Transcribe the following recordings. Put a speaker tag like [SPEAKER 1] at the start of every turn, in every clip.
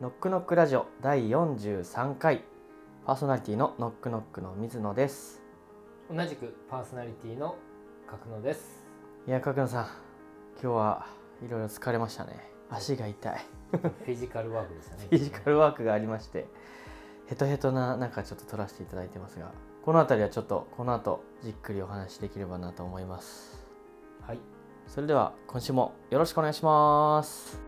[SPEAKER 1] ノックノックラジオ第43回パーソナリティのノックノックの水野です
[SPEAKER 2] 同じくパーソナリティの角野です
[SPEAKER 1] いや角野さん今日はいろいろ疲れましたね足が痛い
[SPEAKER 2] フィジカルワークでしたね
[SPEAKER 1] フィジカルワークがありましてヘトヘトな中ちょっと撮らせていただいてますがこの辺りはちょっとこの後じっくりお話しできればなと思います
[SPEAKER 2] はい
[SPEAKER 1] それでは今週もよろしくお願いします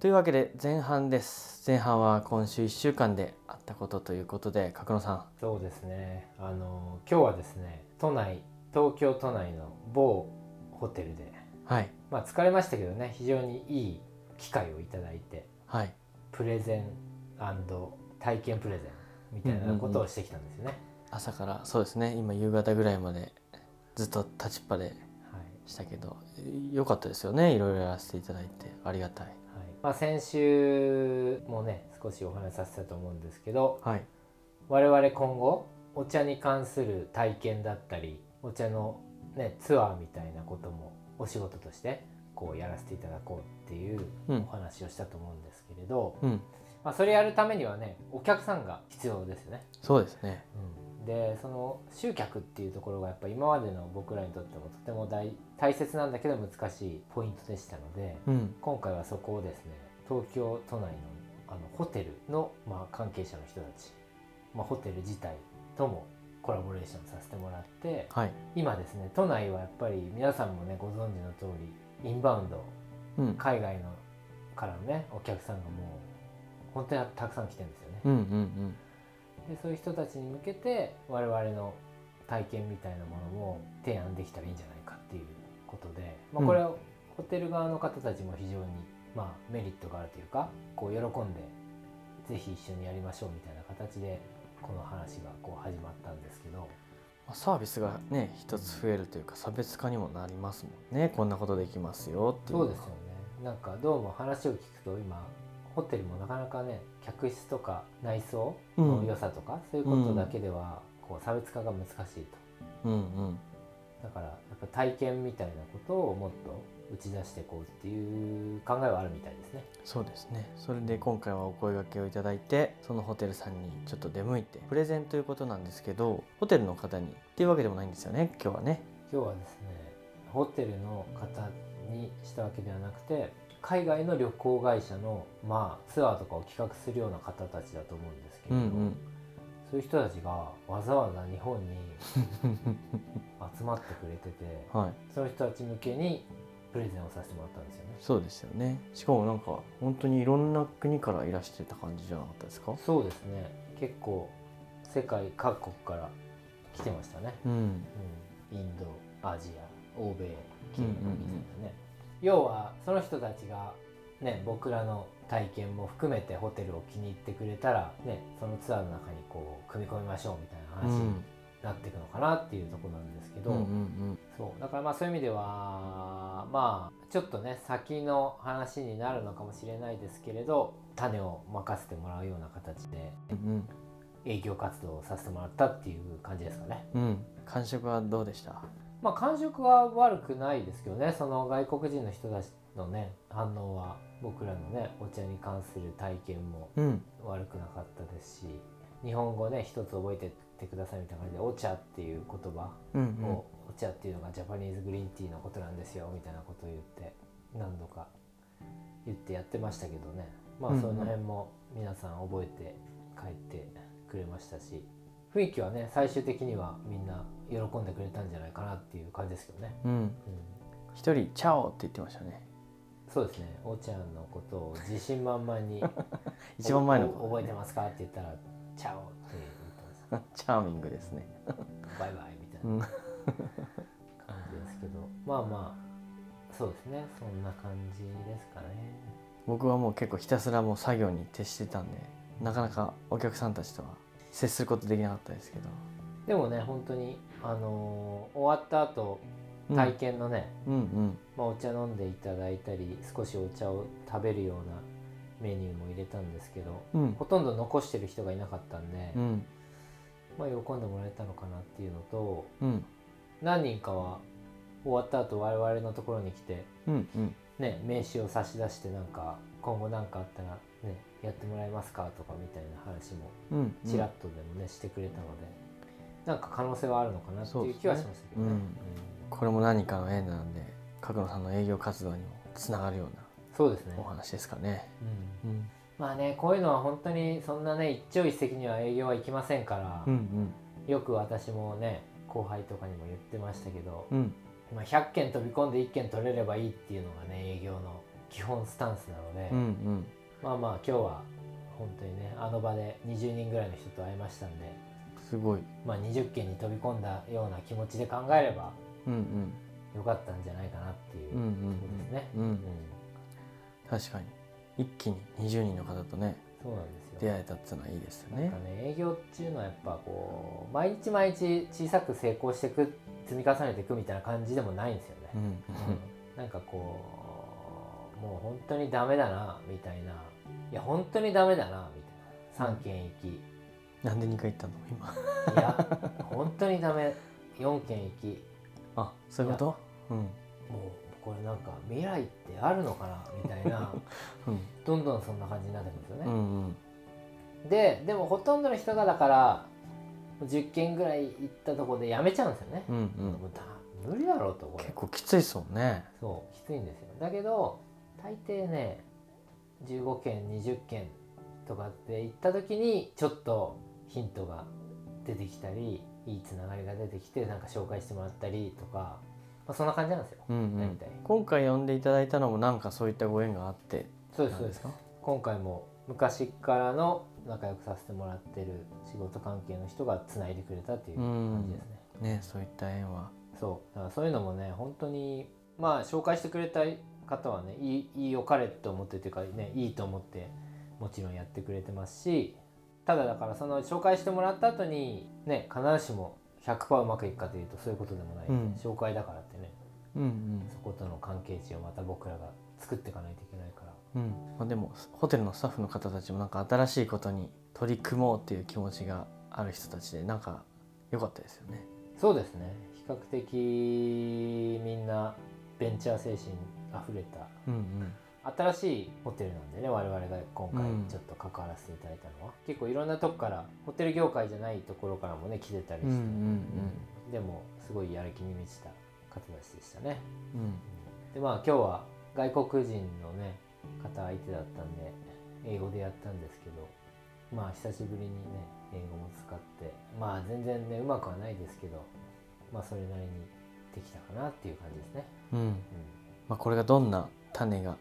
[SPEAKER 1] というわけで前半です前半は今週1週間であったことということで角野さん
[SPEAKER 2] そうですねあの今日はですね都内東京都内の某ホテルで
[SPEAKER 1] はい
[SPEAKER 2] まあ疲れましたけどね非常にいい機会をいただいて
[SPEAKER 1] はい
[SPEAKER 2] プレゼン体験プレゼンみたいなことをしてきたんですよね、
[SPEAKER 1] 朝からそうですね今夕方ぐらいまでずっと立ちっぱで
[SPEAKER 2] はい
[SPEAKER 1] したけど良かったですよねいろいろやらせていただいてありがたい
[SPEAKER 2] はいまあ、先週もね少しお話しさせたと思うんですけど、
[SPEAKER 1] はい
[SPEAKER 2] 我々今後お茶に関する体験だったりお茶の、ね、ツアーみたいなこともお仕事としてこうやらせていただこうっていう
[SPEAKER 1] うん
[SPEAKER 2] お話をしたと思うんですけれど、
[SPEAKER 1] うん
[SPEAKER 2] まあ、それやるためにはねお客さんが必要ですよね。
[SPEAKER 1] そうですね
[SPEAKER 2] でその集客っていうところがやっぱ今までの僕らにとってもとても大大切なんだけど難しいポイントでしたので
[SPEAKER 1] うん
[SPEAKER 2] 今回はそこをですね東京都内のあのホテルの、まあ、関係者の人たち、まあ、ホテル自体ともコラボレーションさせてもらって
[SPEAKER 1] はい
[SPEAKER 2] 今ですね都内はやっぱり皆さんもねご存知の通りインバウンド
[SPEAKER 1] うん
[SPEAKER 2] 海外のからのねお客さんがもう本当にたくさん来てるんですよね
[SPEAKER 1] う。んうん
[SPEAKER 2] でそういう人たちに向けて我々の体験みたいなものも提案できたらいいんじゃないかっていうことで、まあ、これはホテル側の方たちも非常に、まあ、メリットがあるというかこう喜んでぜひ一緒にやりましょうみたいな形でこの話がこう始まったんですけど
[SPEAKER 1] まあサービスがね一つ増えるというか差別化にもなりますもんねこんなことできますよっていう
[SPEAKER 2] そうですよねなんかどうも話を聞くと今ホテルもなかなかね客室とか内装の良さとか、そういうことだけではこう差別化が難しいと。
[SPEAKER 1] うんうん
[SPEAKER 2] だからやっぱ体験みたいなことをもっと打ち出していこうっていう考えはあるみたいですね。
[SPEAKER 1] そうですねそれで今回はお声掛けをいただいてそのホテルさんにちょっと出向いてプレゼンということなんですけどホテルの方にっていうわけでもないんですよね今日はね
[SPEAKER 2] 今日はですねホテルの方にしたわけではなくて海外の旅行会社の、まあ、ツアーとかを企画するような方たちだと思うんですけ
[SPEAKER 1] う
[SPEAKER 2] れど、
[SPEAKER 1] んうん
[SPEAKER 2] そういう人たちがわざわざ日本に 集まってくれてて
[SPEAKER 1] はい
[SPEAKER 2] その人たち向けにプレゼンをさせてもらったんですよね。
[SPEAKER 1] そうですよねしかもなんか本当にいろんな国からいらしてた感じじゃなかったですか
[SPEAKER 2] そうですね結構世界各国から来てましたね。
[SPEAKER 1] うん
[SPEAKER 2] うんインドアジア欧米
[SPEAKER 1] うん
[SPEAKER 2] 金
[SPEAKER 1] うんうん
[SPEAKER 2] みたいなね、要はその人たちがね僕らの体験も含めてホテルを気に入ってくれたら、ね、そのツアーの中にこう組み込みましょうみたいな話になっていくのかなっていうところなんですけど、
[SPEAKER 1] うんうんうん
[SPEAKER 2] そうだからまあそういう意味ではまあちょっとね先の話になるのかもしれないですけれど種を任せてもらうような形で
[SPEAKER 1] うん
[SPEAKER 2] 営業活動をさせてもらったっていう感じですかね。
[SPEAKER 1] うんうん感触はどうでした
[SPEAKER 2] まあ感触は悪くないですけどねその外国人の人たちのね反応は僕らのねお茶に関する体験も
[SPEAKER 1] うん
[SPEAKER 2] 悪くなかったですし日本語ね一つ覚えてってくださいみたいな感じで「お茶」っていう言葉
[SPEAKER 1] うん
[SPEAKER 2] を、お茶っていうのがジャパニーズグリーンティーのことなんですよみたいなことを言って何度か言ってやってましたけどねま
[SPEAKER 1] う
[SPEAKER 2] あ
[SPEAKER 1] んうん
[SPEAKER 2] その辺も皆さん覚えて帰ってくれましたし雰囲気はね最終的にはみんな喜んでくれたんじゃないかなっていう感じですけどね、
[SPEAKER 1] うんうん
[SPEAKER 2] うん、
[SPEAKER 1] 一人「チャオ」って言ってましたね
[SPEAKER 2] そうですねお茶のことを自信満 々に
[SPEAKER 1] 一番前の
[SPEAKER 2] おお覚えて
[SPEAKER 1] す
[SPEAKER 2] ますか?」って言ったら「チャオ」って言ったんで す
[SPEAKER 1] チャーミングですね
[SPEAKER 2] バイバイみたいな
[SPEAKER 1] うん
[SPEAKER 2] 感じですけどまあまあそうですねそんな感じですかね
[SPEAKER 1] 僕はもう結構ひたすらもう作業に徹してたんでなかなかお客さんたちとは接することできなかったですけど、
[SPEAKER 2] でもね本当にあのー終わった後
[SPEAKER 1] うん、
[SPEAKER 2] 体験のね、
[SPEAKER 1] うんうん
[SPEAKER 2] まあ、お茶飲んでいただいたり少しお茶を食べるようなメニューも入れたんですけど
[SPEAKER 1] うん
[SPEAKER 2] ほとんど残してる人がいなかったんで、
[SPEAKER 1] うん
[SPEAKER 2] まあ喜んでもらえたのかなっていうのと
[SPEAKER 1] うん
[SPEAKER 2] 何人かは終わった後我々のところに来て、
[SPEAKER 1] うんうん
[SPEAKER 2] ね、名刺を差し出してなんか今後何かあったら、ね、やってもらえますかとかみたいな話も
[SPEAKER 1] うんうん
[SPEAKER 2] ちらっとでもね、してくれたのでなんか可能性はあるのかなっていう気はしましたけど
[SPEAKER 1] そ
[SPEAKER 2] ね。
[SPEAKER 1] ううんですねこれも何かの縁なんで角野さんの営業活動にもつながるよう
[SPEAKER 2] そうですね
[SPEAKER 1] なお話ですかね。
[SPEAKER 2] うん
[SPEAKER 1] うん
[SPEAKER 2] まあねこういうのは本当にそんなね一朝一夕には営業はいきませんから、
[SPEAKER 1] うん
[SPEAKER 2] よく私もね後輩とかにも言ってましたけど、
[SPEAKER 1] うんうん
[SPEAKER 2] まあ、100件飛び込んで1件取れればいいっていうのがね営業の基本スタンスなので、
[SPEAKER 1] うんうん
[SPEAKER 2] まあまあ今日は本当にねあの場で20人ぐらいの人と会いましたんで、
[SPEAKER 1] すごい。
[SPEAKER 2] まあ、20件に飛び込んだような気持ちで考えれば
[SPEAKER 1] うんうん
[SPEAKER 2] よかったんじゃないかなっていう
[SPEAKER 1] うん
[SPEAKER 2] ところですね。
[SPEAKER 1] うんう
[SPEAKER 2] うん
[SPEAKER 1] ん確かに一気に20人の方とね
[SPEAKER 2] そうなんですよ
[SPEAKER 1] 出会えたっていうのはいいですよ
[SPEAKER 2] なん
[SPEAKER 1] ね
[SPEAKER 2] か。ね営業っていうのはやっぱこう毎日毎日小さく成功していく積み重ねていくみたいな感じでもないんですよね、
[SPEAKER 1] うん
[SPEAKER 2] うんなんかこうもう本当にダメだなみたいないや本当にダメだなみたいな3件行き、
[SPEAKER 1] なんで2回行ったの今。
[SPEAKER 2] いや本当にダメ4件行き
[SPEAKER 1] あそういうことうん
[SPEAKER 2] もうこれなんか未来ってあるのかなみたいな
[SPEAKER 1] うん
[SPEAKER 2] どんどんそんな感じになってくるんですよね、
[SPEAKER 1] うんうん
[SPEAKER 2] ででもほとんどの人がだから10件ぐらい行ったところでやめちゃうんですよね、
[SPEAKER 1] うんうん
[SPEAKER 2] もうだ無理だろうとこれ
[SPEAKER 1] 結構きついですもんね。
[SPEAKER 2] そうきついんですよだけど大抵ね15件20件とかって行った時にちょっとヒントが出てきたりいいつながりが出てきてなんか紹介してもらったりとか、まあ、そんな感じなんですよ
[SPEAKER 1] うんう
[SPEAKER 2] 大
[SPEAKER 1] ん
[SPEAKER 2] 体、
[SPEAKER 1] 今回呼んでいただいたのもなんかそういったご縁があって
[SPEAKER 2] そうで
[SPEAKER 1] な
[SPEAKER 2] すそ
[SPEAKER 1] んで
[SPEAKER 2] うです
[SPEAKER 1] すか
[SPEAKER 2] 今回も昔からの仲良くさせてもらってる仕事関係の人がつないでくれたっていう感じですね、
[SPEAKER 1] ねそういった縁は。
[SPEAKER 2] そうだからそういうのもね本当にまあ紹介してくれた方はねいいいい良かれと思ってというかねいいと思ってもちろんやってくれてますしただだからその紹介してもらった後にね必ずしも100%うまくいくかというとそういうことでもない、
[SPEAKER 1] うん
[SPEAKER 2] 紹介だからってね
[SPEAKER 1] うんうん
[SPEAKER 2] そことの関係値をまた僕らが作っていかないといけないから
[SPEAKER 1] うんまあ、でもホテルのスタッフの方たちもなんか新しいことに取り組もうっていう気持ちがある人たちでなんか良かったですよね。
[SPEAKER 2] そうですね比較的みんなベンチャー精神あふれた
[SPEAKER 1] うんうん
[SPEAKER 2] 新しいホテルなんでね我々が今回
[SPEAKER 1] うん
[SPEAKER 2] ちょっと関わらせていただいたのは、結構いろんなとこからホテル業界じゃないところからもね来てたりして、
[SPEAKER 1] うんうん
[SPEAKER 2] うんでもすごいやる気に満ちた方たちでしたね、
[SPEAKER 1] うん
[SPEAKER 2] うんでまあ今日は外国人のね方相手だったんで英語でやったんですけどまあ久しぶりにね英語も使ってまあ全然ねうまくはないですけどまあそれなりにできたかなっていう感じですね、
[SPEAKER 1] うん
[SPEAKER 2] うん
[SPEAKER 1] まあ、これがどんな種が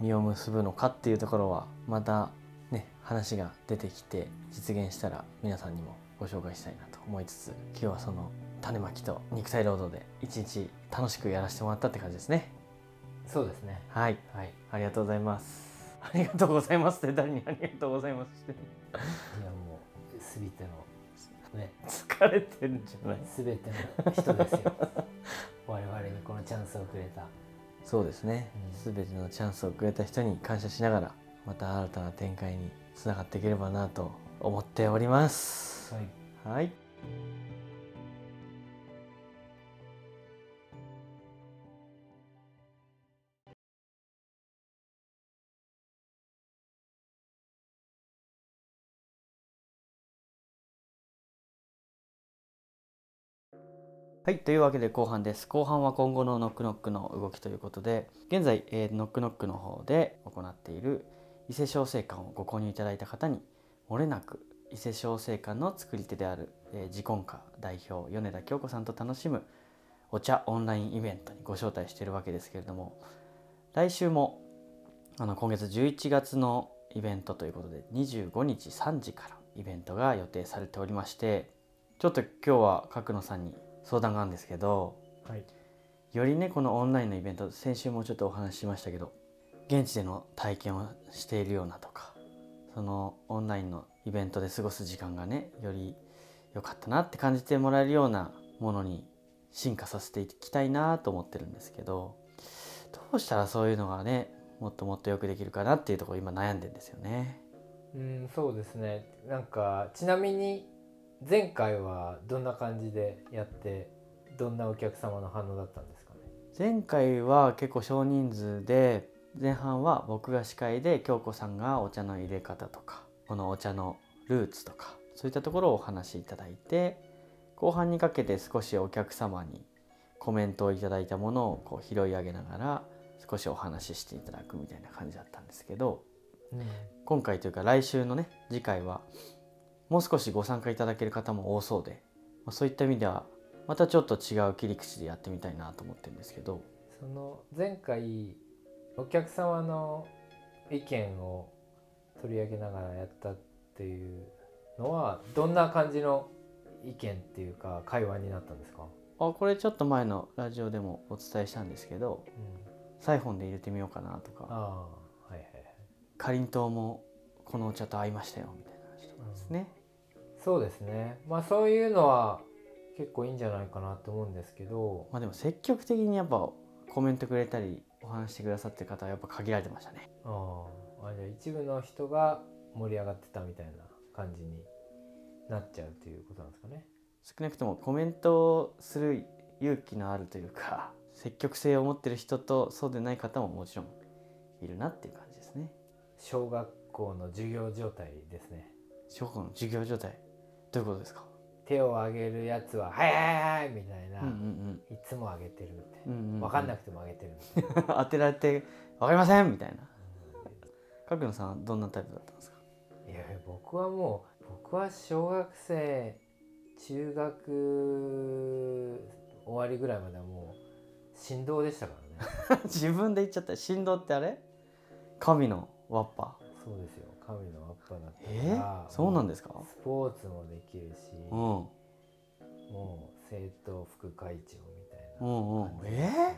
[SPEAKER 1] 実を結ぶのかっていうところはまたね話が出てきて実現したら皆さんにもご紹介したいなと思いつつ今日はその種まきと肉体労働で一日楽しくやらせてもらったって感じですね。
[SPEAKER 2] そうですね
[SPEAKER 1] はい
[SPEAKER 2] はい
[SPEAKER 1] ありがとうございます。ありがとうございますって誰にありがとうございますって
[SPEAKER 2] いやもうすべてのね
[SPEAKER 1] 疲れてるんじゃない
[SPEAKER 2] すべての人です よ我々にこのチャンスをくれた
[SPEAKER 1] そうですね
[SPEAKER 2] う
[SPEAKER 1] 全てのチャンスをくれた人に感謝しながらまた新たな展開につながっていければなと思っております
[SPEAKER 2] はい
[SPEAKER 1] はいはい、というわけで後半です。後半は今後のノックノックの動きということで、現在、えーノックノックの方で行っている伊勢小生館をご購入いただいた方に、漏れなく伊勢小生館の作り手である、えー、自婚家代表米田京子さんと楽しむお茶オンラインイベントにご招待しているわけですけれども、来週もあの今月11月のイベントということで、25日3時からイベントが予定されておりまして、ちょっと今日は角野さんに相談があるんですけど
[SPEAKER 2] はい
[SPEAKER 1] よりねこのオンラインのイベント先週もちょっとお話ししましたけど現地での体験をしているようなとかそのオンラインのイベントで過ごす時間がねより良かったなって感じてもらえるようなものに進化させていきたいなと思ってるんですけどどうしたらそういうのがねもっともっとよくできるかなっていうところ今悩んでんですよね。
[SPEAKER 2] うんそうですねなんかちなみに前回はどんな感じでやってどんなお客様の反応だったんですかね
[SPEAKER 1] 前回は結構少人数で前半は僕が司会で京子さんがお茶の入れ方とかこのお茶のルーツとかそういったところをお話しいただいて後半にかけて少しお客様にコメントをいただいたものをこう拾い上げながら少しお話ししていただくみたいな感じだったんですけど今回というか来週のね次回はもう少しご参加いただける方も多そうで、まあ、そういった意味ではまたちょっと違う切り口でやってみたいなと思ってるんですけど
[SPEAKER 2] その前回お客様の意見を取り上げながらやったっていうのはどんな感じの意見っていうか会話になったんですか、
[SPEAKER 1] あこれちょっと前のラジオでもお伝えしたんですけど
[SPEAKER 2] うん、
[SPEAKER 1] サイフォンで入れてみようかなとか
[SPEAKER 2] ああはいはいはい
[SPEAKER 1] かりんとうもこのお茶と合いましたよみたいな話とかですね。
[SPEAKER 2] そうですねまあそういうのは結構いいんじゃないかなと思うんですけど
[SPEAKER 1] まあでも積極的にやっぱコメントくれたりお話してくださってる方はやっぱ限られてましたね
[SPEAKER 2] あああじゃあ一部の人が盛り上がってたみたいな感じになっちゃうということなんですかね。
[SPEAKER 1] 少なくともコメントをする勇気のあるというか積極性を持ってる人とそうでない方ももちろんいるなっていう感じですね
[SPEAKER 2] 小学校の授業状態ですね。
[SPEAKER 1] 小学校の授業状態どういうことですか
[SPEAKER 2] 手を上げるやつは「はいはいはい」みたいな、
[SPEAKER 1] うんうん
[SPEAKER 2] いつも上げてるみたい
[SPEAKER 1] うんうんう
[SPEAKER 2] な、
[SPEAKER 1] ん
[SPEAKER 2] わかんな
[SPEAKER 1] く
[SPEAKER 2] くても上げてるみたい な、
[SPEAKER 1] 当てられて「わかりません!」みたいな角野さんはどんなタイプだったんですか
[SPEAKER 2] いや僕はもう僕は小学生中学終わりぐらいまではもう振動でしたから ね
[SPEAKER 1] 自分で言っちゃった振動ってあれ神のワッパ
[SPEAKER 2] そうですよ神のアッパーだったから
[SPEAKER 1] えー、そうなんですか
[SPEAKER 2] もうスポーツもできるし、
[SPEAKER 1] う
[SPEAKER 2] も
[SPEAKER 1] ん
[SPEAKER 2] う政党副会長みたいな
[SPEAKER 1] うんうん
[SPEAKER 2] 感じだったり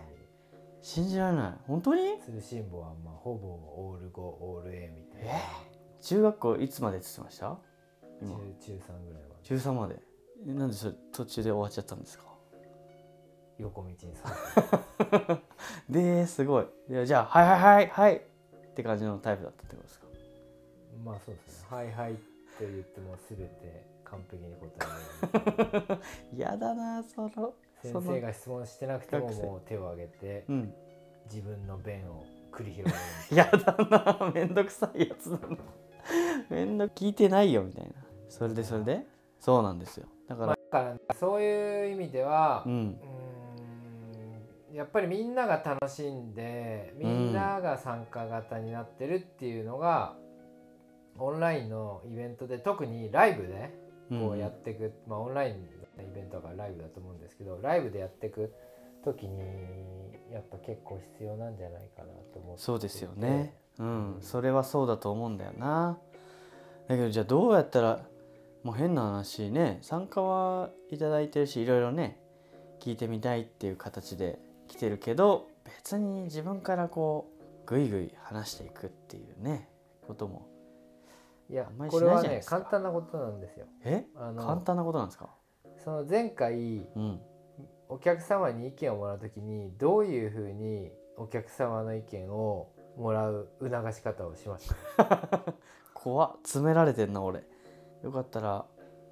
[SPEAKER 1] 信じられない本当に
[SPEAKER 2] 通信簿はまあほぼオール5オール A みたいな、
[SPEAKER 1] え中学校いつまでって言ってました
[SPEAKER 2] 中
[SPEAKER 1] 今
[SPEAKER 2] 中3ぐらいまで
[SPEAKER 1] 中3までえなんでそれ途中で終わっちゃったんですか
[SPEAKER 2] 横道に座って
[SPEAKER 1] ですごいでじゃあ「はいはいはいはい」って感じのタイプだったってことですか
[SPEAKER 2] まあそうですね。はいはいって言ってもすべて完璧に答
[SPEAKER 1] やだなその
[SPEAKER 2] える。
[SPEAKER 1] そ
[SPEAKER 2] 先
[SPEAKER 1] の
[SPEAKER 2] 生が質問してなくても
[SPEAKER 1] 学生
[SPEAKER 2] もう手を挙げて
[SPEAKER 1] うん
[SPEAKER 2] 自分の弁を繰り広げる。
[SPEAKER 1] やだなめんどくさいやつだなめんど聞いてないよみたいなそれでそれでそうなんですよだから、
[SPEAKER 2] まあだからそういう意味では、
[SPEAKER 1] う
[SPEAKER 2] うんーんやっぱりみんなが楽しんでみんなが参加型になってるっていうのが、オンラインのイベントで特にライブで、こうやってく、まあ、オンラインのイベントがライブだと思うんですけどライブでやってく時にやっぱ結構必要なんじゃないかなと思っていて
[SPEAKER 1] そうですよね。うん
[SPEAKER 2] う、ん
[SPEAKER 1] それはそうだと思うんだよな。だけどじゃあどうやったらもう変な話ね参加はいただいてるしいろいろね聞いてみたいっていう形で来てるけど別に自分からこうぐいぐい話していくっていうねことも
[SPEAKER 2] いや
[SPEAKER 1] あんまりし
[SPEAKER 2] こ
[SPEAKER 1] ないじ
[SPEAKER 2] れ
[SPEAKER 1] ゃない
[SPEAKER 2] は
[SPEAKER 1] で
[SPEAKER 2] ね
[SPEAKER 1] すか
[SPEAKER 2] 簡単なことなんですよ
[SPEAKER 1] え
[SPEAKER 2] あ
[SPEAKER 1] 簡
[SPEAKER 2] の
[SPEAKER 1] 単なことなんですか
[SPEAKER 2] その前回
[SPEAKER 1] うん
[SPEAKER 2] お客様に意見をもらう時にどういうふうにお客様の意見をもらう促し方をしました
[SPEAKER 1] 怖っ詰められてんな俺よかったら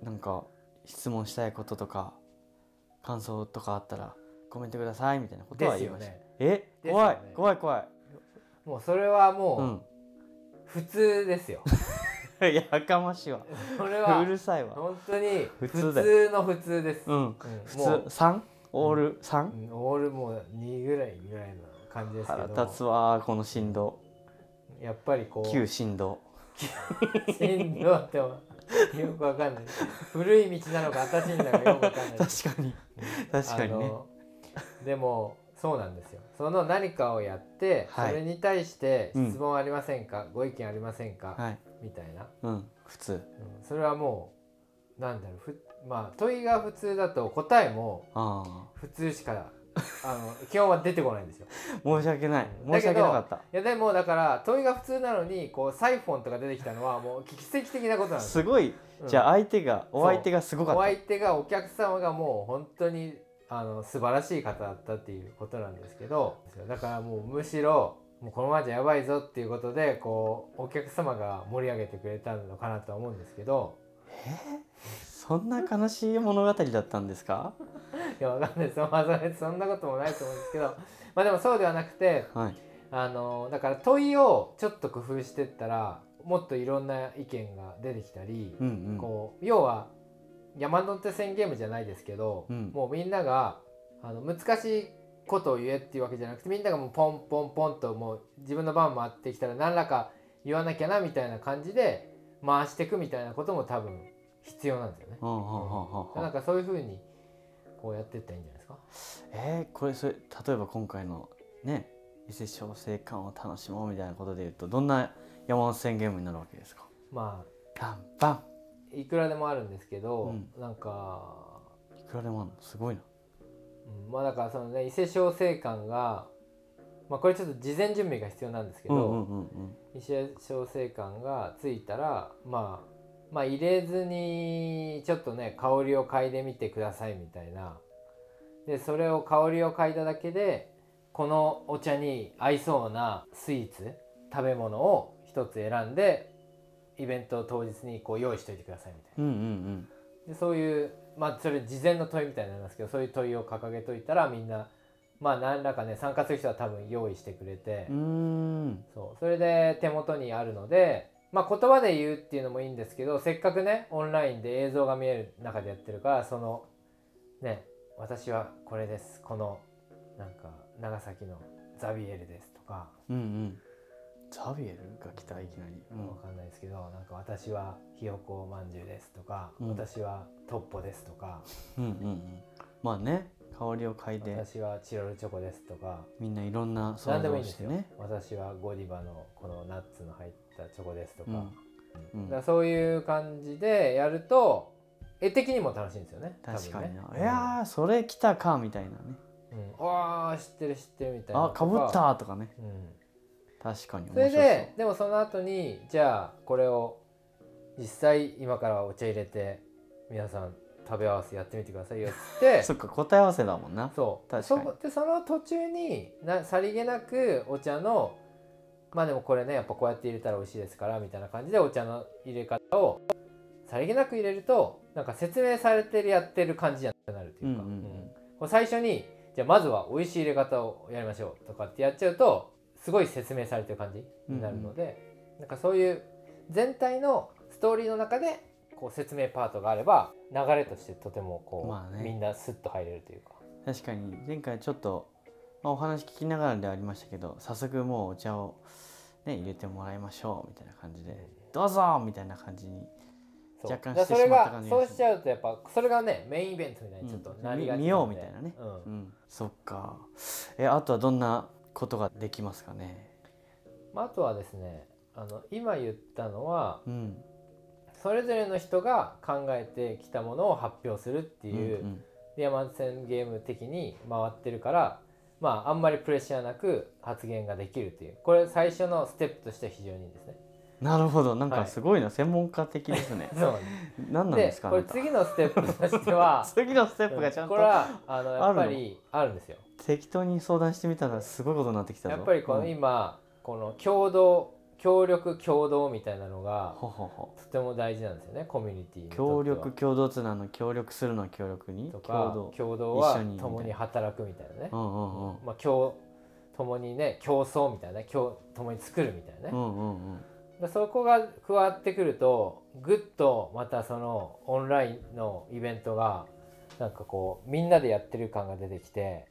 [SPEAKER 1] なんか質問したいこととか感想とかあったらコメントくださいみたいなことは
[SPEAKER 2] です
[SPEAKER 1] 言い
[SPEAKER 2] よ
[SPEAKER 1] ました
[SPEAKER 2] ね
[SPEAKER 1] え
[SPEAKER 2] ですよね
[SPEAKER 1] 怖い怖い怖い
[SPEAKER 2] もうそれは
[SPEAKER 1] う
[SPEAKER 2] も
[SPEAKER 1] ん
[SPEAKER 2] う普通で すよ、
[SPEAKER 1] いややかましいわ
[SPEAKER 2] それ
[SPEAKER 1] う
[SPEAKER 2] は
[SPEAKER 1] るさいわ
[SPEAKER 2] 本当に
[SPEAKER 1] 普
[SPEAKER 2] 普
[SPEAKER 1] 通だよ
[SPEAKER 2] 通の普通です、
[SPEAKER 1] うん
[SPEAKER 2] うん
[SPEAKER 1] 普
[SPEAKER 2] もう
[SPEAKER 1] 通三オール
[SPEAKER 2] う
[SPEAKER 1] 三
[SPEAKER 2] んオールもう2ぐらいぐらいの感じですけ
[SPEAKER 1] 腹
[SPEAKER 2] ど
[SPEAKER 1] 立つわこの振動
[SPEAKER 2] やっぱりこう
[SPEAKER 1] 旧振動
[SPEAKER 2] 線路ってもよくわかんない古い道なのか新しいんだかよくわかんない
[SPEAKER 1] 確かに確かに
[SPEAKER 2] あ
[SPEAKER 1] ね
[SPEAKER 2] のでもそうなんですよその何かをやって、
[SPEAKER 1] はい
[SPEAKER 2] それに対して
[SPEAKER 1] うん
[SPEAKER 2] 質問ありませんか、ご意見ありませんか、
[SPEAKER 1] はい
[SPEAKER 2] みたいな、
[SPEAKER 1] うん普通
[SPEAKER 2] うんそれはもうなんだろうふまあ問いが普通だと答えも
[SPEAKER 1] ああ
[SPEAKER 2] 普通しか あの基本は出てこないんですよ
[SPEAKER 1] 申し訳ない
[SPEAKER 2] うん
[SPEAKER 1] 申し訳なかっ
[SPEAKER 2] いやでもだから問いが普通なのにこうサイフォンとか出てきたのはもう奇跡的なことなん
[SPEAKER 1] た
[SPEAKER 2] です
[SPEAKER 1] すごいじゃあ相手が
[SPEAKER 2] そう
[SPEAKER 1] お相手がすご
[SPEAKER 2] うん
[SPEAKER 1] か
[SPEAKER 2] お
[SPEAKER 1] っ
[SPEAKER 2] 相手がお客様がもう本当にあの素晴らしい方だったっていうことなんですけどだからもうむしろもうこのままじゃやばいぞっていうことでこうお客様が盛り上げてくれたのかなとは思うんですけど
[SPEAKER 1] たそんな悲しい物語だったんですか
[SPEAKER 2] やわかんないですよ、まあ、それそんなこともないと思うんですけどまあでもそうではなくて
[SPEAKER 1] はい
[SPEAKER 2] あのだから問いをちょっと工夫してったらもっといろんな意見が出てきたり、
[SPEAKER 1] うんうん
[SPEAKER 2] こう要は山手線ゲームじゃないですけど、
[SPEAKER 1] うん
[SPEAKER 2] もうみんながあの難しいことを言えっていうわけじゃなくてみんながもうポンポンポンともう自分の番回ってきたら何らか言わなきゃなみたいな感じで回していくみたいなことも多分必要なんですよね。
[SPEAKER 1] はあはあはあはあ
[SPEAKER 2] なんかそういう風にこうやっていったらいいんじゃないですか。
[SPEAKER 1] えー、これそれ例えば今回のね伊勢小生館を楽しもうみたいなことで言うとどんな山手線ゲームになるわけですか
[SPEAKER 2] ま
[SPEAKER 1] バンバン
[SPEAKER 2] あいくらでもあるんですけど、
[SPEAKER 1] うん
[SPEAKER 2] なんか
[SPEAKER 1] いくらでもあるのすごいな
[SPEAKER 2] うんまあだからそのね伊勢小生館が、まあ、これちょっと事前準備が必要なんですけ
[SPEAKER 1] う
[SPEAKER 2] ど、
[SPEAKER 1] んうんうんうん
[SPEAKER 2] 伊勢小生館が着いたらまあまあ入れずにちょっとね香りを嗅いでみてくださいみたいなでそれを香りを嗅いだだけでこのお茶に合いそうなスイーツ食べ物を一つ選んでイベント当日にこう用意しといてくださいみたいな。
[SPEAKER 1] うんうん
[SPEAKER 2] でそういうまあそれ事前の問いみたいになりますけどそういう問いを掲げといたらみんなまあ何らかね参加する人は多分用意してくれて、
[SPEAKER 1] うんうーん
[SPEAKER 2] そうそれで手元にあるので、まあ、言葉で言うっていうのもいいんですけどせっかくねオンラインで映像が見える中でやってるからそのね私はこれですこのなんか長崎のザビエルですとか
[SPEAKER 1] うんうんザビエルが来たいきなり、う
[SPEAKER 2] わかんないですけど、なんか私はひよこまんじゅうですとか、
[SPEAKER 1] うん
[SPEAKER 2] 私はトッポですとか。
[SPEAKER 1] ん、うんうんうんまあね香りを嗅いで
[SPEAKER 2] 私はチロルチョコですとか
[SPEAKER 1] みんないろんな想
[SPEAKER 2] 何でも
[SPEAKER 1] 像
[SPEAKER 2] いい
[SPEAKER 1] を
[SPEAKER 2] んで
[SPEAKER 1] し
[SPEAKER 2] す
[SPEAKER 1] て
[SPEAKER 2] よ、
[SPEAKER 1] ね
[SPEAKER 2] 私はゴディバのこのナッツの入ったチョコですとか,、
[SPEAKER 1] うんうん
[SPEAKER 2] だからそういう感じでやると絵的にも楽しいんですよね
[SPEAKER 1] 確かにな、
[SPEAKER 2] 多分
[SPEAKER 1] いやーそれ来たかみたいなね
[SPEAKER 2] うんうんあー知ってる知ってるみたいな
[SPEAKER 1] あかぶっ、たとかね
[SPEAKER 2] うん、
[SPEAKER 1] 確かに面白そう
[SPEAKER 2] それででもその後にじゃあこれを実際今からお茶入れて皆さん食べ合わせやってみてくださいよっつって
[SPEAKER 1] そっか答え合わせだもんな
[SPEAKER 2] そう
[SPEAKER 1] 確かに
[SPEAKER 2] そでその途中になさりげなくお茶のまあでもこれねやっぱこうやって入れたら美味しいですからみたいな感じでお茶の入れ方をさりげなく入れるとなんか説明されてるやってる感じじゃなくなるというか、
[SPEAKER 1] うんうんうん
[SPEAKER 2] こう最初にじゃあまずは美味しい入れ方をやりましょうとかってやっちゃうとすごい説明されてる感じになるので、なんかそういう全体のストーリーの中でこう説明パートがあれば流れとしてとてもこう、
[SPEAKER 1] まあね
[SPEAKER 2] みんなスッと入れるというか。
[SPEAKER 1] 確かに前回ちょっと、まあ、お話聞きながらではありましたけど早速もうお茶を、ね、入れてもらいましょうみたいな感じで「どうぞ!」みたいな感じに
[SPEAKER 2] そう
[SPEAKER 1] 若干
[SPEAKER 2] だ
[SPEAKER 1] して
[SPEAKER 2] から
[SPEAKER 1] しまった感じ
[SPEAKER 2] それ
[SPEAKER 1] が
[SPEAKER 2] がそうしちゃうとやっぱそれがねメインイベントみたいにちょっとなり
[SPEAKER 1] う
[SPEAKER 2] がちなんで
[SPEAKER 1] ん見見ようみたいなね
[SPEAKER 2] うん
[SPEAKER 1] うんそっかえあとはどんなことができますかね
[SPEAKER 2] まあ、あとはですねあの今言ったのは
[SPEAKER 1] うん
[SPEAKER 2] それぞれの人が考えてきたものを発表するって
[SPEAKER 1] う
[SPEAKER 2] い
[SPEAKER 1] ん
[SPEAKER 2] う、
[SPEAKER 1] うん
[SPEAKER 2] 山手線ゲーム的に回ってるからまああんまりプレッシャーなく発言ができるというこれ最初のステップとしては非常にいいですね。
[SPEAKER 1] なるほどなん
[SPEAKER 2] は
[SPEAKER 1] か
[SPEAKER 2] い
[SPEAKER 1] すごいな、専門家的です ね
[SPEAKER 2] そう
[SPEAKER 1] 何なん
[SPEAKER 2] で
[SPEAKER 1] ですか
[SPEAKER 2] こ
[SPEAKER 1] あ
[SPEAKER 2] れ
[SPEAKER 1] なた
[SPEAKER 2] 次のステップとしては
[SPEAKER 1] 次 のステップがちゃん
[SPEAKER 2] ことれはあのやっ
[SPEAKER 1] あ
[SPEAKER 2] ぱ
[SPEAKER 1] るの
[SPEAKER 2] りあるんですよ。
[SPEAKER 1] 適当に相談してみたらすごいことになってきたぞ
[SPEAKER 2] やっぱりこの
[SPEAKER 1] うん
[SPEAKER 2] 今、この共同協力共同みたいなのが
[SPEAKER 1] ほほほ
[SPEAKER 2] とても大事なんですよねコミュニティにとっては
[SPEAKER 1] 協力共同つなの協力するの協力に
[SPEAKER 2] とか
[SPEAKER 1] 共同
[SPEAKER 2] 共同
[SPEAKER 1] 一緒
[SPEAKER 2] は
[SPEAKER 1] にみたいな
[SPEAKER 2] 共に働くみたいなね、
[SPEAKER 1] うんうんうん
[SPEAKER 2] まあ共共にね競争みたいなね共共に作るみたいなね、
[SPEAKER 1] うんうんうん
[SPEAKER 2] でそこが加わってくるとぐっとまたそのオンラインのイベントがなんかこうみんなでやってる感が出てきて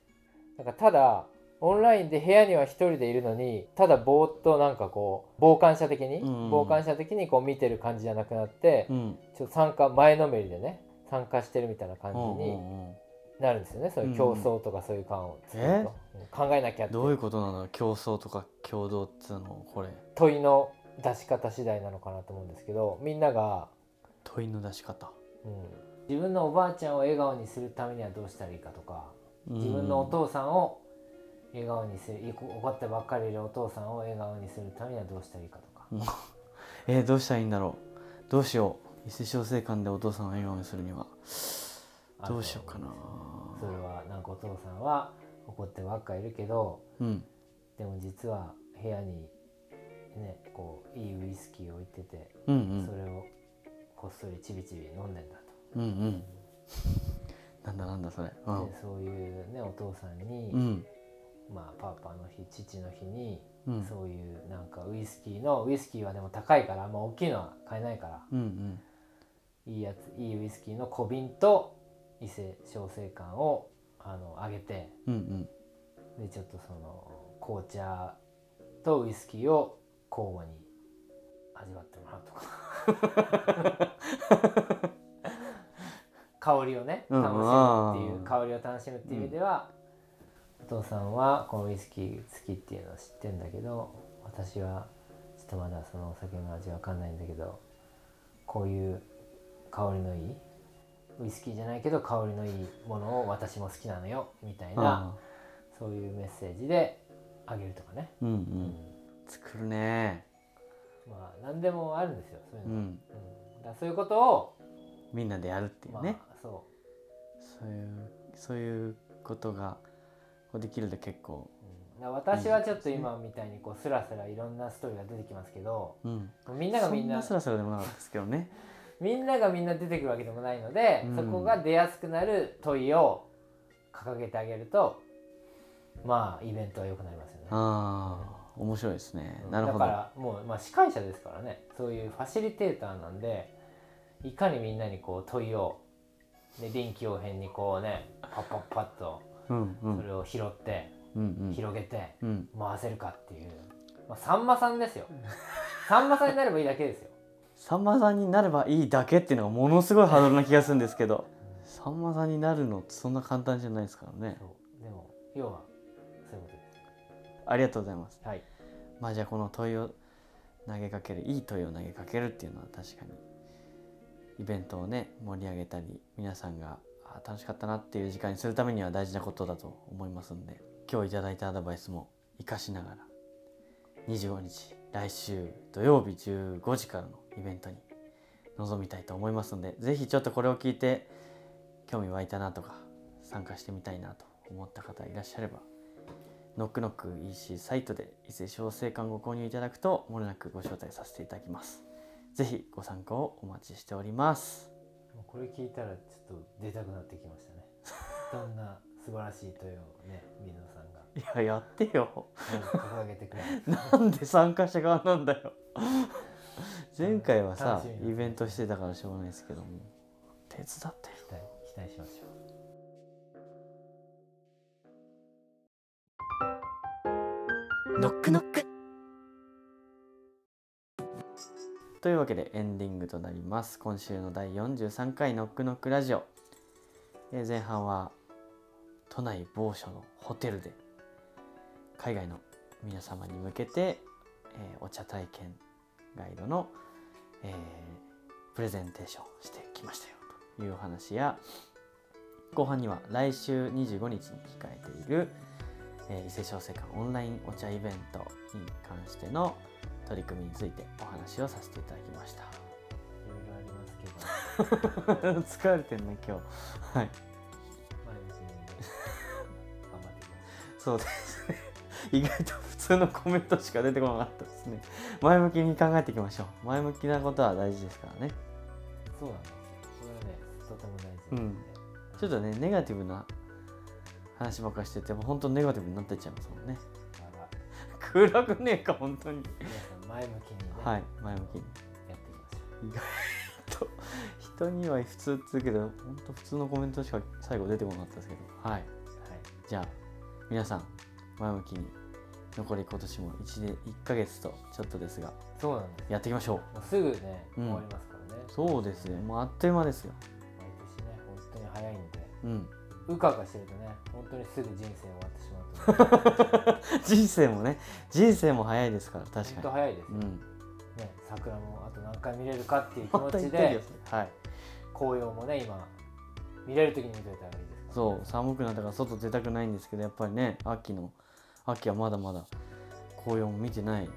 [SPEAKER 2] なんかただオンラインで部屋には一人でいるのにただぼーっとなんかこう傍観者的に、
[SPEAKER 1] うん
[SPEAKER 2] 傍観者的にこう見てる感じじゃなくなって、
[SPEAKER 1] うん
[SPEAKER 2] ちょっと参加前のめりでね参加してるみたいな感じ
[SPEAKER 1] うんう
[SPEAKER 2] に
[SPEAKER 1] んうん
[SPEAKER 2] なるんですよね、そういう競争とかそういう感を作ると、うん考えなきゃって
[SPEAKER 1] どういうことなの競争とか共同っつうのこれ
[SPEAKER 2] 問いの出し方次第なのかなと思うんですけどみんなが
[SPEAKER 1] 問いの出し方
[SPEAKER 2] うん自分のおばあちゃんを笑顔にするためにはどうしたらいいかとか自分のお
[SPEAKER 1] うん
[SPEAKER 2] 父さんを笑顔にするいこ怒ってばっかりいるお父さんを笑顔にするためにはどうしたらいいかとか
[SPEAKER 1] えーどうしたらいいんだろうどうしよう伊勢小生館でお父さんを笑顔にするには
[SPEAKER 2] あると思んです
[SPEAKER 1] どうしようかな
[SPEAKER 2] それはなんかお父さんは怒ってばっかりいるけど
[SPEAKER 1] うん
[SPEAKER 2] でも実は部屋にねこういいウイスキーを置いてて
[SPEAKER 1] うんう
[SPEAKER 2] そ
[SPEAKER 1] ん
[SPEAKER 2] れをこっそりちびちび飲んでんだと
[SPEAKER 1] うんうん なんだなんだそれうん
[SPEAKER 2] でそういうねお父さんに、
[SPEAKER 1] うん
[SPEAKER 2] まあ、パパの日父の日に、
[SPEAKER 1] うん
[SPEAKER 2] そういうなんかウイスキーのウイスキーはでも高いからあんま大きいのは買えないから
[SPEAKER 1] うんうん
[SPEAKER 2] いいやついいウイスキーの小瓶と伊勢小生館をあのあげて
[SPEAKER 1] うんうん
[SPEAKER 2] でちょっとその紅茶とウイスキーを交互に味わってもらうとか香りをね
[SPEAKER 1] うん
[SPEAKER 2] 楽しむっていううん香りを楽しむっていう意味では、お父さんはこのウイスキー好きっていうのは知ってんだけど私はちょっとまだそのお酒の味わかんないんだけどこういう香りのいいウイスキーじゃないけど香りのいいものを私も好きなのよみたいな。
[SPEAKER 1] あ
[SPEAKER 2] そういうメッセージであげるとかね、
[SPEAKER 1] ーうんう
[SPEAKER 2] うん
[SPEAKER 1] ん作るね
[SPEAKER 2] まあ何でもあるんですよそういう
[SPEAKER 1] う
[SPEAKER 2] の、うん
[SPEAKER 1] ん
[SPEAKER 2] だからそういうことを、
[SPEAKER 1] みんなでやるってい
[SPEAKER 2] ま
[SPEAKER 1] う
[SPEAKER 2] あ
[SPEAKER 1] ね
[SPEAKER 2] そ
[SPEAKER 1] そういうそういうことがこうできると結構
[SPEAKER 2] う、うん、だから私はちょっと今みたいにこうスラスラいろんなストーリーが出てきますけど
[SPEAKER 1] うん
[SPEAKER 2] みんながみんな
[SPEAKER 1] そんなスラスラでもなかったですけどね
[SPEAKER 2] みんながみんな出てくるわけでもないので、
[SPEAKER 1] うん
[SPEAKER 2] そこが出やすくなる問いを掲げてあげるとまあイベントは良くなりますよね。
[SPEAKER 1] ああ面白いですね
[SPEAKER 2] うん
[SPEAKER 1] なるほ
[SPEAKER 2] だ
[SPEAKER 1] ど
[SPEAKER 2] からもう、まあ、司会者ですからねそういうファシリテーターなんでいかにみんなにこう問いをで臨機応変にこうねパッパッパッと
[SPEAKER 1] うんう
[SPEAKER 2] そ
[SPEAKER 1] ん
[SPEAKER 2] れを拾って、
[SPEAKER 1] うん
[SPEAKER 2] 広げて
[SPEAKER 1] うんうん
[SPEAKER 2] 回せるかっていう、まあ、さんまさんですよ さんまさんになればいいだけですよ
[SPEAKER 1] さんまさんになればいいだけっていうのがものすごいハードルな気がするんですけどさんまさんになるのってそんな簡単じゃないですからね
[SPEAKER 2] そうでも要はそういうことです
[SPEAKER 1] ありがとうございます
[SPEAKER 2] はい
[SPEAKER 1] まあじゃあこの問いを投げかけるいい問いを投げかけるっていうのは確かにイベントをね盛り上げたり皆さんがあ楽しかったなっていう時間にするためには大事なことだと思いますんで今日いただいたアドバイスも活かしながら25日来週土曜日15時からのイベントに臨みたいと思いますのでぜひちょっとこれを聞いて興味湧いたなとか参加してみたいなと思った方いらっしゃればノックノック EC サイトで伊勢小生館ご購入いただくともれなくご招待させていただきますぜひご参加をお待ちしております
[SPEAKER 2] もうこれ聞いたらちょっと出たくなってきました ねどんな素晴らしい問いをね水野さんが
[SPEAKER 1] いややってよ
[SPEAKER 2] うん掲げてくれる
[SPEAKER 1] なんで参加者側なん だよ前回はさ
[SPEAKER 2] 楽しみだね
[SPEAKER 1] イベントしてたからしょうがないですけども手伝ってよ
[SPEAKER 2] 期待期待しましょう
[SPEAKER 3] ノックノック
[SPEAKER 1] というわけでエンディングとなります今週の第43回ノックノックラジオ、えー前半は都内某所のホテルで海外の皆様に向けて、えーお茶体験ガイドの、えープレゼンテーションをしてきましたよというお話や後半には来週25日に控えている、えー伊勢小生館オンラインお茶イベントに関しての取り組みについてお話をさせていただきました
[SPEAKER 2] いろいろありますけど
[SPEAKER 1] 疲れてんね今日はい
[SPEAKER 2] 毎日に頑張っていきま
[SPEAKER 1] そうですね 意外と普通のコメントしか出てこなかったですね前向きに考えていきましょう前向きなことは大事ですからね
[SPEAKER 2] すそうなんですよこれはねとても大事なんで、
[SPEAKER 1] ちょっとねネガティブな話ばっかりしててもう本当ネガティブになってっちゃいますもんね
[SPEAKER 2] だから
[SPEAKER 1] 暗くねえか本当に
[SPEAKER 2] 皆さん前向きにね、
[SPEAKER 1] はい前向きに
[SPEAKER 2] やっていきましょ
[SPEAKER 1] と人には普通っつうけど本当普通のコメントしか最後出てこなかったですけどはいう
[SPEAKER 2] はい
[SPEAKER 1] じゃあ皆さん前向きに残り今年も 1, 年1ヶ月とちょっとですが
[SPEAKER 2] そうなんです
[SPEAKER 1] やっていきましょ
[SPEAKER 2] もうすぐね、
[SPEAKER 1] うん
[SPEAKER 2] 終わりますからね
[SPEAKER 1] うそうですねもうあっという間ですよ
[SPEAKER 2] 毎年ね本当に早いんで
[SPEAKER 1] うん
[SPEAKER 2] うかうかしてるとね本当にすぐ人生終わってし まうと思う
[SPEAKER 1] 人生もね人生も早いですから確
[SPEAKER 2] 本
[SPEAKER 1] か
[SPEAKER 2] 当
[SPEAKER 1] に
[SPEAKER 2] 早いです
[SPEAKER 1] う
[SPEAKER 2] よ、ね
[SPEAKER 1] ん
[SPEAKER 2] 桜もあと何回見れるかっていう気
[SPEAKER 1] ま
[SPEAKER 2] 持
[SPEAKER 1] た言
[SPEAKER 2] ち
[SPEAKER 1] ってるよ
[SPEAKER 2] で
[SPEAKER 1] はい
[SPEAKER 2] 紅葉もね今見れる時に見といたらいいですからね
[SPEAKER 1] そう寒くなったから外出たくないんですけどやっぱりね秋の秋はまだまだ紅葉も見てないか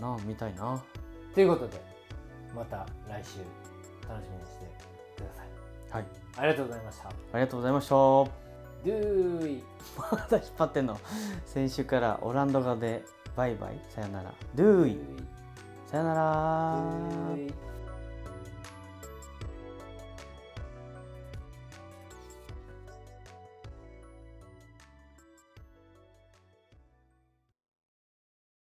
[SPEAKER 1] らな見たいな
[SPEAKER 2] ということでまた来週楽しみにしてください
[SPEAKER 1] はい
[SPEAKER 2] ありがとうございました
[SPEAKER 1] ありがとうございました
[SPEAKER 2] ドゥーイ
[SPEAKER 1] まだ引っ張ってんの先週からオランダ語でバイバイさよならドゥーイさよなら
[SPEAKER 2] ドゥーイ